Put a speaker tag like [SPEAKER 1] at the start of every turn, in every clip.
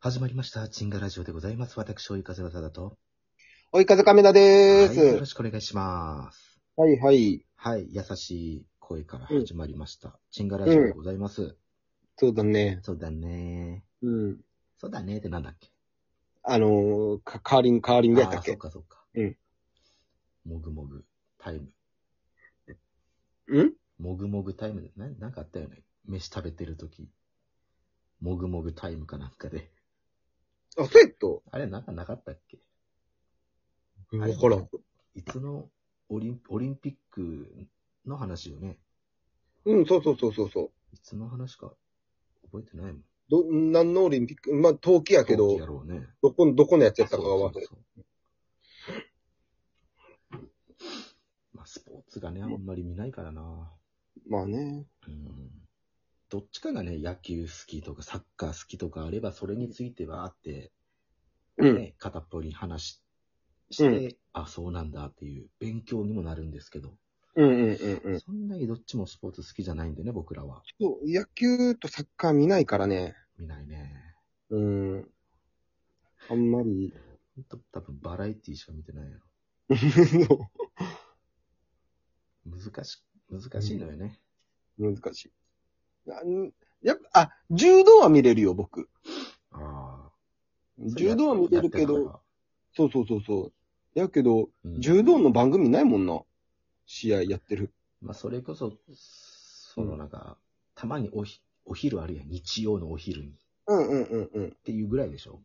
[SPEAKER 1] 始まりました。チンガラジオでございます。私、追い風わさだと。
[SPEAKER 2] 追い風亀田で
[SPEAKER 1] はい、よろ
[SPEAKER 2] す。
[SPEAKER 1] しくお願いします。
[SPEAKER 2] はいはい。
[SPEAKER 1] はい、優しい声から始まりました。チンガラジオでございます。
[SPEAKER 2] そうだね。
[SPEAKER 1] そうだね
[SPEAKER 2] うん。
[SPEAKER 1] そうだねってなんだっけ
[SPEAKER 2] あのー、カカーリング、カーリングやったっ
[SPEAKER 1] あーそ
[SPEAKER 2] け
[SPEAKER 1] うかそうか。
[SPEAKER 2] うん。
[SPEAKER 1] もぐもぐタイム。
[SPEAKER 2] ん
[SPEAKER 1] もぐもぐタイムな、なんかあったよね。飯食べてるとき。もぐもぐタイムかなんかで。
[SPEAKER 2] あ、セット
[SPEAKER 1] あれ、なんかなかったっけ
[SPEAKER 2] わ
[SPEAKER 1] れ
[SPEAKER 2] からん。
[SPEAKER 1] いつのオリンオリンピックの話よね。
[SPEAKER 2] うん、そうそうそうそうそう。
[SPEAKER 1] いつの話か覚えてないもん。
[SPEAKER 2] ど、何のオリンピックまあ、冬季やけ
[SPEAKER 1] 冬季
[SPEAKER 2] ど
[SPEAKER 1] や、ろうね。
[SPEAKER 2] どこ、どこのやつやったか
[SPEAKER 1] そ
[SPEAKER 2] は
[SPEAKER 1] うそうそうまあ、スポーツがね、あんまり見ないからな。
[SPEAKER 2] まあね。
[SPEAKER 1] うん。どっちかがね、野球好きとかサッカー好きとかあれば、それについてはあって、
[SPEAKER 2] う
[SPEAKER 1] ね、
[SPEAKER 2] ん。
[SPEAKER 1] 片っぽに話しして、
[SPEAKER 2] う
[SPEAKER 1] あ、そうなんだっていう勉強にもなるんですけど、
[SPEAKER 2] うんうんうんうん。
[SPEAKER 1] そんなにどっちもスポーツ好きじゃないんでね、僕らは。
[SPEAKER 2] そう、野球とサッカー見ないからね。
[SPEAKER 1] 見ないね。
[SPEAKER 2] うん。あんまり。
[SPEAKER 1] ほんと多分バラエティしか見てないやろ。難し、難しいのよね。
[SPEAKER 2] 難しい。あんやっぱ、あ、柔道は見れるよ、僕。
[SPEAKER 1] ああ。
[SPEAKER 2] 柔道は見れるけど、そうそうそうそう。やけど、
[SPEAKER 1] うん
[SPEAKER 2] 柔道の番組ないもんな。試合やってる。
[SPEAKER 1] まあ、それこそ、そのなんか、たまにおひお昼あるやん、日曜のお昼に。っ
[SPEAKER 2] うんうんうんうん。
[SPEAKER 1] ていうぐらいでしょ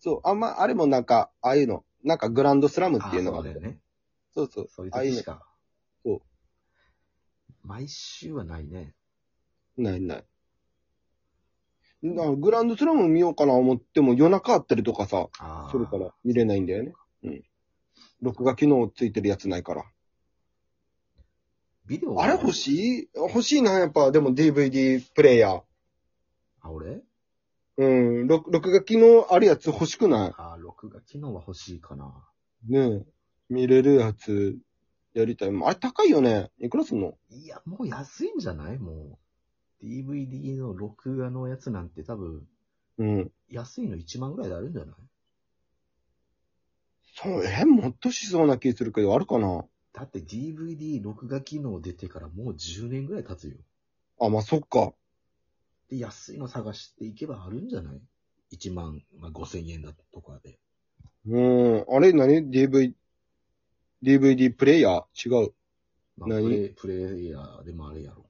[SPEAKER 2] そう、あんま、あれもなんか、ああいうの、なんかグランドスラム
[SPEAKER 1] あ
[SPEAKER 2] っ
[SPEAKER 1] あ
[SPEAKER 2] ていうのが
[SPEAKER 1] そうだよね。
[SPEAKER 2] そうそう。
[SPEAKER 1] そういう
[SPEAKER 2] ああい
[SPEAKER 1] 時
[SPEAKER 2] う
[SPEAKER 1] し
[SPEAKER 2] の
[SPEAKER 1] か。
[SPEAKER 2] そう
[SPEAKER 1] 毎週はないね。
[SPEAKER 2] ないない。なグランドスラム見ようかな思っても夜中あったりとかさ、
[SPEAKER 1] ああ。
[SPEAKER 2] するから見れないんだよね。うん。録画機能ついてるやつないから。
[SPEAKER 1] ビデオ
[SPEAKER 2] あれ欲
[SPEAKER 1] い。
[SPEAKER 2] しい欲しいな、やっぱ。でも DVD プレイヤー。
[SPEAKER 1] あ、俺
[SPEAKER 2] うん。録録画機能あるやつ欲しくない
[SPEAKER 1] ああ、録画機能は欲しいかな。
[SPEAKER 2] ねえ、見れるやつやりたい。あれ高いよね。いくらすんの
[SPEAKER 1] いや、もう安いんじゃないもう。DVD の録画のやつなんて多分、
[SPEAKER 2] うん。
[SPEAKER 1] 安いの1万ぐらいであるんじゃない
[SPEAKER 2] そう、え、もっとしそうな気するけど、あるかな
[SPEAKER 1] だって DVD 録画機能出てからもう10年ぐらい経つよ。
[SPEAKER 2] あ、まあ、そっか。
[SPEAKER 1] で、安いの探していけばあるんじゃない ?1 万、まあ、5千円だとかで。
[SPEAKER 2] うん。あれ何 ?DV、DVD プレイヤー違う。
[SPEAKER 1] まあ、
[SPEAKER 2] 何
[SPEAKER 1] プレイプレイヤーでもあれやろ。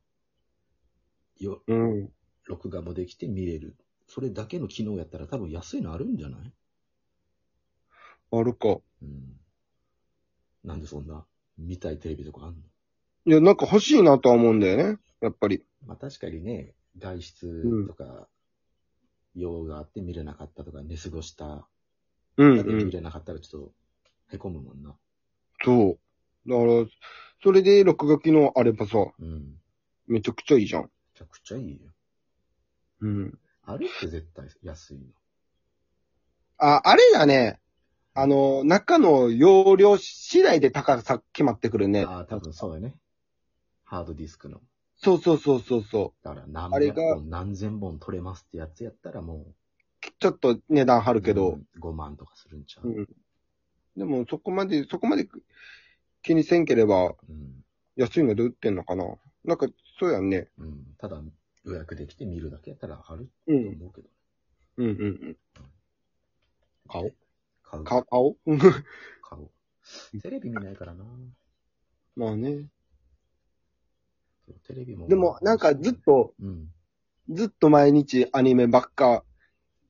[SPEAKER 1] よ、
[SPEAKER 2] うん。
[SPEAKER 1] 録画もできて見れる。それだけの機能やったら多分安いのあるんじゃない
[SPEAKER 2] あるか。
[SPEAKER 1] うん。なんでそんな、見たいテレビとかあんの
[SPEAKER 2] いや、なんか欲しいなとは思うんだよね。やっぱり。
[SPEAKER 1] まあ確かにね、外出とか、用があって見れなかったとか、寝過ごした、
[SPEAKER 2] うん、う
[SPEAKER 1] 見
[SPEAKER 2] ん。
[SPEAKER 1] れなかったらちょっと、へこむもんな。
[SPEAKER 2] そう。だから、それで録画機能あればさ、
[SPEAKER 1] うん。め
[SPEAKER 2] めちゃくちゃいいじゃん。
[SPEAKER 1] ちゃくちゃいいよ。
[SPEAKER 2] うん。
[SPEAKER 1] あれって絶対安いの。
[SPEAKER 2] あ、あれだね。あの、中の容量次第で高さ決まってくるね。
[SPEAKER 1] ああ、多分そうだね。ハードディスクの。
[SPEAKER 2] そうそうそうそうそ
[SPEAKER 1] だから何
[SPEAKER 2] あれ
[SPEAKER 1] 百
[SPEAKER 2] が
[SPEAKER 1] 本、何千本取れますってやつやったらも
[SPEAKER 2] う。ちょっと値段張
[SPEAKER 1] う、
[SPEAKER 2] るけ
[SPEAKER 1] う
[SPEAKER 2] ど。
[SPEAKER 1] ん5万とかするんちゃ
[SPEAKER 2] う
[SPEAKER 1] う。
[SPEAKER 2] ん。でもそこまで、そこまで気にせんければ
[SPEAKER 1] うん。
[SPEAKER 2] 安いので売ってんのかな。なんか、そうやんね。
[SPEAKER 1] うん。ただ、予約できて見るだけやったらあると
[SPEAKER 2] うん。
[SPEAKER 1] 思うけど。
[SPEAKER 2] うんうんうん。買おう
[SPEAKER 1] 買う。
[SPEAKER 2] か、買 おう
[SPEAKER 1] 買おう。テレビ見ないからな。
[SPEAKER 2] まあね。
[SPEAKER 1] テレビも。
[SPEAKER 2] でも、なんかずっと、
[SPEAKER 1] うん。
[SPEAKER 2] ずっと毎日アニメばっか、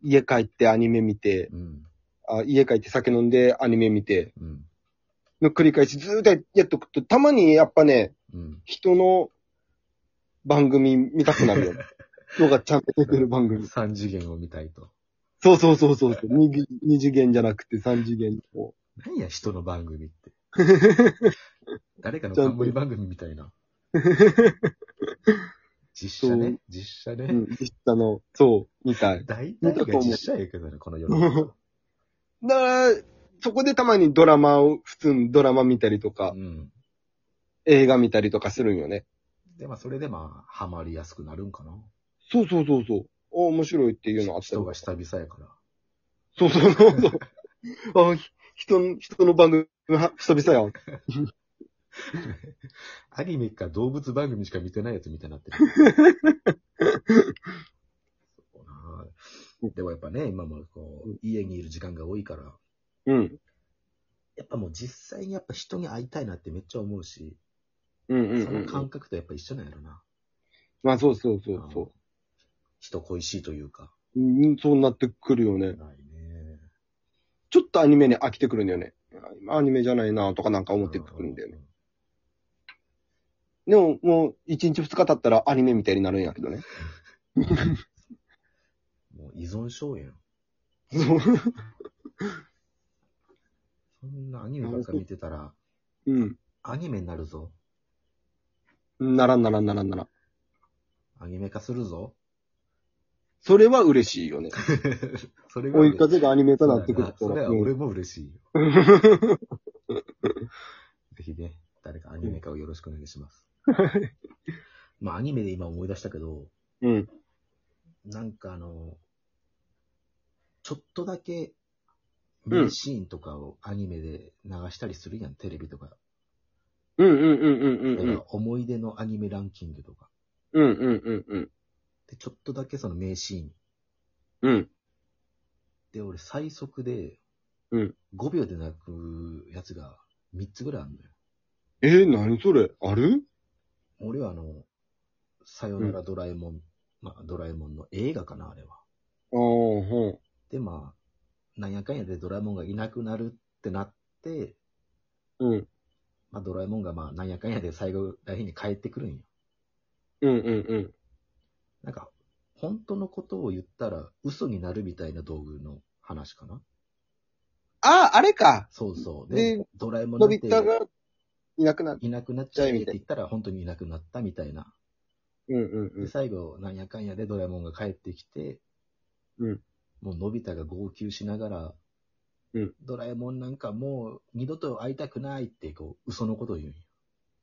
[SPEAKER 2] 家帰ってアニメ見て、
[SPEAKER 1] うん。
[SPEAKER 2] あ家帰って酒飲んでアニメ見て、
[SPEAKER 1] うん。
[SPEAKER 2] の繰り返しずーっとやっとくと、たまにやっぱね、
[SPEAKER 1] うん。
[SPEAKER 2] 人の番組見たくなる よ。人がちゃんと出てる番組。
[SPEAKER 1] 三次元を見たいと。
[SPEAKER 2] そうそうそうそうそう。二次二次元じゃなくて三次元を。
[SPEAKER 1] 何や、人の番組 って。誰かの冠番組みた いな。実写ね。実写ね。
[SPEAKER 2] うん。実写の、そう、みたい。
[SPEAKER 1] 大体が実写やけどね、この世の 中。
[SPEAKER 2] だから、そこでたまにドラマを、普通にドラマ見たりとか
[SPEAKER 1] う、ん。
[SPEAKER 2] 映画見たりとかするんよね。
[SPEAKER 1] で、まあ、それでまあ、ハマりやすくなるんかな。
[SPEAKER 2] そうそうそうそう。お、面白いっていうのあった
[SPEAKER 1] 人
[SPEAKER 2] よ
[SPEAKER 1] が久々やから。
[SPEAKER 2] そうそうそうそう。あ、ひ人の、人の番組、は久々やん。
[SPEAKER 1] アニメか動物番組しか見てないやつみたいになってる。 そうなでもやっぱね、今もこう、家にいる時間が多いから、
[SPEAKER 2] うん。
[SPEAKER 1] やっぱもう実際にやっぱ人に会いたいなってめっちゃ思うし、
[SPEAKER 2] うんうん、
[SPEAKER 1] その
[SPEAKER 2] うん。
[SPEAKER 1] 感覚とやっぱ一緒なんやろな。
[SPEAKER 2] まあそうそうそう
[SPEAKER 1] あの
[SPEAKER 2] そ
[SPEAKER 1] 人恋しいというか。
[SPEAKER 2] う。うん、そうなってくるよね。
[SPEAKER 1] ないね。
[SPEAKER 2] ちょっとアニメに飽きてくるんだよね。あ今アニメじゃないなとかなんか思ってくるんだよね。でももう1日2日経ったらアニメみたいになるんやけどね。
[SPEAKER 1] うん。もう依存症やん。
[SPEAKER 2] そう。
[SPEAKER 1] そんなアニメばっか見てたら、
[SPEAKER 2] うん。
[SPEAKER 1] アニメになるぞ。
[SPEAKER 2] ならんならんならんならん。
[SPEAKER 1] アニメ化するぞ。
[SPEAKER 2] それは嬉しいよね。
[SPEAKER 1] それが
[SPEAKER 2] 追い風がアニメとなってくる
[SPEAKER 1] そ
[SPEAKER 2] と。
[SPEAKER 1] うだなそれは
[SPEAKER 2] うん
[SPEAKER 1] 俺も嬉しいよ。ぜひね、誰かアニメ化をよろしくお願いします。 まあ、アニメで今思い出したけど、
[SPEAKER 2] うん。
[SPEAKER 1] なんかあの、ちょっとだけ、名シーンとかをアニメで流したりするやん、テレビとか。
[SPEAKER 2] うんうんうんうん
[SPEAKER 1] だか
[SPEAKER 2] うんう
[SPEAKER 1] ら
[SPEAKER 2] ん。
[SPEAKER 1] 思い出のアニメランキングとか。
[SPEAKER 2] うんうんうんうん。
[SPEAKER 1] で、ちょっとだけその名シーン。
[SPEAKER 2] うん。
[SPEAKER 1] で、俺最速で、
[SPEAKER 2] うん
[SPEAKER 1] 5秒で泣くやつが3つぐらいあるのよ。
[SPEAKER 2] えー、何それある
[SPEAKER 1] 俺はあの、さよならドラえもん、まあドラえもんの映画かな、あれは。
[SPEAKER 2] ああ、ほ
[SPEAKER 1] で、まあ、なんやかんやでドラえもんがいなくなるってなって、
[SPEAKER 2] う。うん。
[SPEAKER 1] まあドラえもんがまあなんやかんやで最後らへんに帰ってくるんよ。
[SPEAKER 2] うんうん
[SPEAKER 1] なんか、本当のことを言ったら嘘になるみたいな道具の話かな。
[SPEAKER 2] ああ、あれか。
[SPEAKER 1] そうそう。
[SPEAKER 2] で、
[SPEAKER 1] ドラえもんな
[SPEAKER 2] の
[SPEAKER 1] ん
[SPEAKER 2] び
[SPEAKER 1] て
[SPEAKER 2] 太がいなくなる。
[SPEAKER 1] いなくなっちゃえって言ったら本当にいなくなったみたいな。
[SPEAKER 2] うんうん
[SPEAKER 1] で、最後、なんやかんやでドラえもんが帰ってきて、
[SPEAKER 2] うん
[SPEAKER 1] もう、のび太が号泣しながら、
[SPEAKER 2] うん
[SPEAKER 1] ドラえもんなんかもう、二度と会いたくないって、こう、嘘のことを言うんよ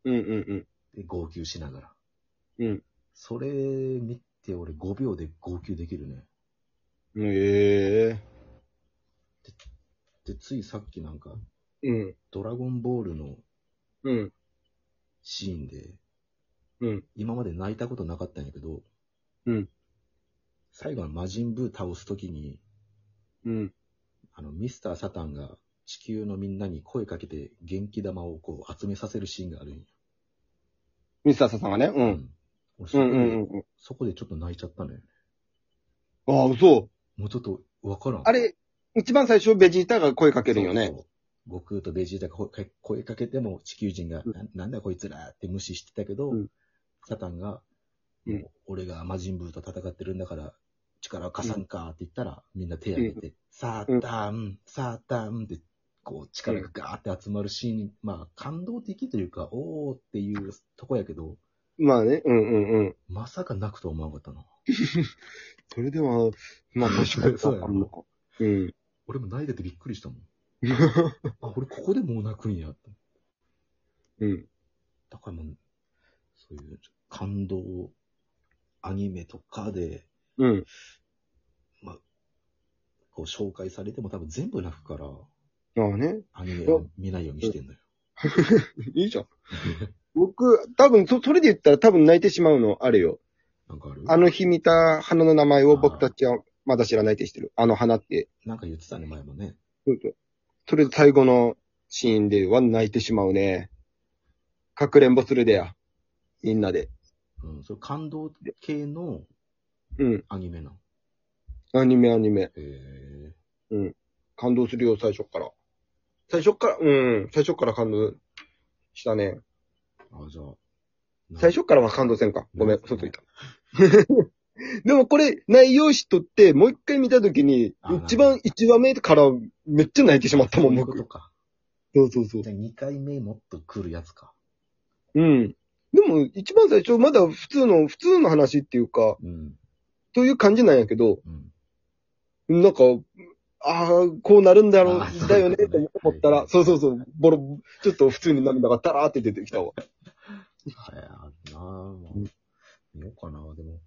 [SPEAKER 2] うん。うんうんうん。
[SPEAKER 1] で、号泣しながら。
[SPEAKER 2] うん。
[SPEAKER 1] それ見て、俺5秒で号泣できるね。
[SPEAKER 2] え
[SPEAKER 1] で、ついさっきなんか、
[SPEAKER 2] えうん。
[SPEAKER 1] ドラゴンボールの
[SPEAKER 2] うん。
[SPEAKER 1] シーンで、
[SPEAKER 2] うん。
[SPEAKER 1] 今まで泣いたことなかったんやけど、
[SPEAKER 2] うん
[SPEAKER 1] 最後の魔人ブー倒すときに、
[SPEAKER 2] うん。
[SPEAKER 1] あの、ミスター・サタンが地球のみんなに声かけて元気玉をこう集めさせるシーンがあるんよ。
[SPEAKER 2] ミスターサさんがね。う。。
[SPEAKER 1] うん俺そ
[SPEAKER 2] うん
[SPEAKER 1] こ
[SPEAKER 2] う
[SPEAKER 1] で、
[SPEAKER 2] んうん。
[SPEAKER 1] そこでちょっと泣いちゃったのよね。
[SPEAKER 2] ああ、嘘。
[SPEAKER 1] もうちょっとわからん。
[SPEAKER 2] あれ、一番最初ベジータが声かけるんよね
[SPEAKER 1] そう。そう悟空とベジータが声か声かけても地球人が、
[SPEAKER 2] うん
[SPEAKER 1] ななんだこいつらって無視してたけど、
[SPEAKER 2] うん
[SPEAKER 1] サタンが、
[SPEAKER 2] うん
[SPEAKER 1] もう俺が魔人ブーと戦ってるんだから、力を貸さんかって言ったら、みんな手挙げて、サータン、サータンって、こう力がガーって集まるシーンに、まあ感動的というか、おーっていうとこやけど、
[SPEAKER 2] まあね。うんうんうん。
[SPEAKER 1] まさか泣くとは思わなかったな。
[SPEAKER 2] それでは、まあ、もしかした
[SPEAKER 1] そう
[SPEAKER 2] ら
[SPEAKER 1] やな
[SPEAKER 2] あんのか。うん。
[SPEAKER 1] 俺も泣いててびっくりしたもん。あ、俺ここでもう泣くんや。
[SPEAKER 2] うん。
[SPEAKER 1] だからもう、そういう感動を、アニメとかで、
[SPEAKER 2] うん。
[SPEAKER 1] こう紹介されても多分全部泣くから、
[SPEAKER 2] まあね。
[SPEAKER 1] アニメを見ないようにしてんのよ。
[SPEAKER 2] いいじゃん。僕、多分そ、それで言ったら多分泣いてしまうの、あれよ。
[SPEAKER 1] なんかある
[SPEAKER 2] あの日見た花の名前を僕たちはまだ知らないって知ってる。あの花って。
[SPEAKER 1] なんか言ってたね、前もね。
[SPEAKER 2] そうそうそれ最後のシーンでは泣いてしまうね。かくれんぼするでや。みんなで。
[SPEAKER 1] うん、それ感動系の
[SPEAKER 2] うん。
[SPEAKER 1] アニメなの。
[SPEAKER 2] アニメアニメ。
[SPEAKER 1] へえ。
[SPEAKER 2] 感動するよ、最初っから。最初っから、うん。最初っから感動したね。
[SPEAKER 1] あ、じゃあ。
[SPEAKER 2] 最初っからは感動せんか。ごめん、
[SPEAKER 1] うん
[SPEAKER 2] 嘘ついた。 でもこれ、内容しとって、もう一回見たときに
[SPEAKER 1] あなる、ほど
[SPEAKER 2] 一番、一話目からめっちゃ泣いて
[SPEAKER 1] て
[SPEAKER 2] しまったも
[SPEAKER 1] そ
[SPEAKER 2] ん、
[SPEAKER 1] ういう
[SPEAKER 2] 僕。
[SPEAKER 1] ことか。
[SPEAKER 2] そうそうそう
[SPEAKER 1] じ。ゃあ2回目もっと来るやつか。
[SPEAKER 2] うん。でも、一番最初、まだ普通の、普通の話っていうか、
[SPEAKER 1] うん、
[SPEAKER 2] という感じなんやけど、
[SPEAKER 1] うん。
[SPEAKER 2] なんか、ああ、こうなるんだろ、
[SPEAKER 1] あーそうう
[SPEAKER 2] だよね、
[SPEAKER 1] いうこととね
[SPEAKER 2] 思った
[SPEAKER 1] は
[SPEAKER 2] ら、
[SPEAKER 1] い
[SPEAKER 2] そうそうそう、ボロ、ちょっと普通に涙がダラーって出てきたわ。
[SPEAKER 1] はや、あるなぁ、もう
[SPEAKER 2] うん
[SPEAKER 1] 見ようかなでも、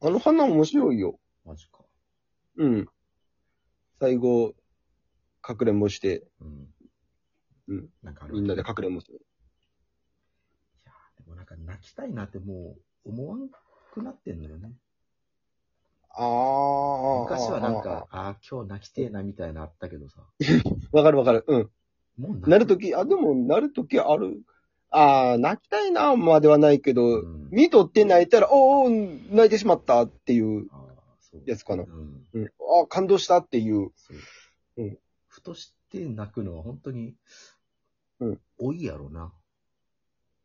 [SPEAKER 2] あの花面白いよ。
[SPEAKER 1] マジか。
[SPEAKER 2] うん。最後、かくれんぼして、
[SPEAKER 1] うん。
[SPEAKER 2] うん。
[SPEAKER 1] なんかあれ
[SPEAKER 2] みんなでかくれんぼする。
[SPEAKER 1] いやーでもなんか泣きたいなってもう思わんくなってんのよね。
[SPEAKER 2] ああ。
[SPEAKER 1] 昔はなんか、ああー、今日泣きてえなみたいなあったけどさ。
[SPEAKER 2] わかるわかる。うん。
[SPEAKER 1] もう
[SPEAKER 2] なるとき、あ、でも、なるときある。ああ、泣きたいな、まではないけど、
[SPEAKER 1] うん
[SPEAKER 2] 見とって泣いたら、おーおー、泣いてしまったっていう、
[SPEAKER 1] ああ、そう。
[SPEAKER 2] やつかな
[SPEAKER 1] うん。
[SPEAKER 2] うん、ああ、感動したっていう。
[SPEAKER 1] そう。
[SPEAKER 2] うん
[SPEAKER 1] ふとして泣くのは本当に、
[SPEAKER 2] うん
[SPEAKER 1] 多いやろな。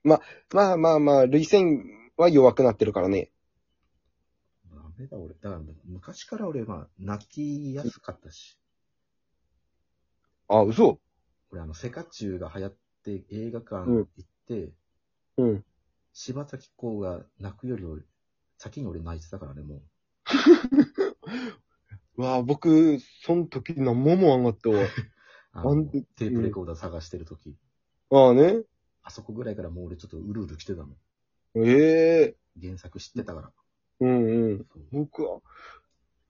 [SPEAKER 2] まあまあまあ、涙腺は弱くなってるからね。
[SPEAKER 1] ダメだ俺。だから昔から俺、まあ、泣きやすかったし。
[SPEAKER 2] ああ、嘘
[SPEAKER 1] 俺、あの、セカチュウが流行って映画館
[SPEAKER 2] う
[SPEAKER 1] 行
[SPEAKER 2] ん
[SPEAKER 1] って、
[SPEAKER 2] うん。
[SPEAKER 1] 柴咲コウが泣くより俺、先に俺泣いてたからね、もう。
[SPEAKER 2] わあ、僕、その時何も思わんかったわ。
[SPEAKER 1] あ
[SPEAKER 2] あ
[SPEAKER 1] の
[SPEAKER 2] ん
[SPEAKER 1] テープレコーダー探してるとき、
[SPEAKER 2] ああね。
[SPEAKER 1] あそこぐらいからもう俺ちょっとうるうる来てたもん。
[SPEAKER 2] ええ
[SPEAKER 1] 原作知ってたから。
[SPEAKER 2] うんうん。
[SPEAKER 1] そう
[SPEAKER 2] 僕は、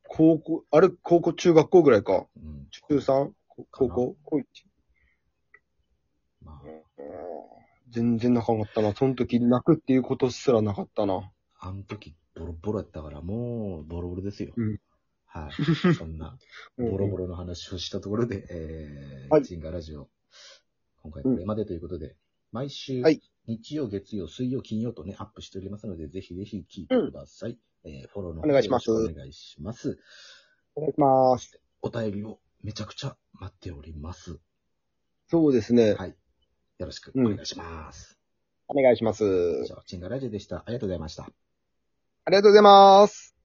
[SPEAKER 2] 高校、あれ、高校、中学校ぐらいか。
[SPEAKER 1] うん。
[SPEAKER 2] 中 3? 高校高一
[SPEAKER 1] ま
[SPEAKER 2] 全然泣かなかったな。その時泣くっていうことすらなかったな。
[SPEAKER 1] あ、あの時ボロボロやったから、もうボロボロですよ。
[SPEAKER 2] うん
[SPEAKER 1] はい。そん な、ボロボ
[SPEAKER 2] ロ。
[SPEAKER 1] ロの話をしたところで、えー、
[SPEAKER 2] はい
[SPEAKER 1] チンガラジオ、今回これまでということで、毎週、
[SPEAKER 2] はい
[SPEAKER 1] 日曜、月曜、水曜、金曜とね、アップしておりますので、ぜひぜひ聞いてください。えーフォローの方
[SPEAKER 2] お願いします
[SPEAKER 1] よろくお願いします。
[SPEAKER 2] お願いします。
[SPEAKER 1] お便りをめちゃくちゃ待っております。
[SPEAKER 2] そうですね。
[SPEAKER 1] はい。よろしくお願いします。
[SPEAKER 2] お願いします。
[SPEAKER 1] 以上、チンガラジオでした。ありがとうございました。
[SPEAKER 2] ありがとうございます。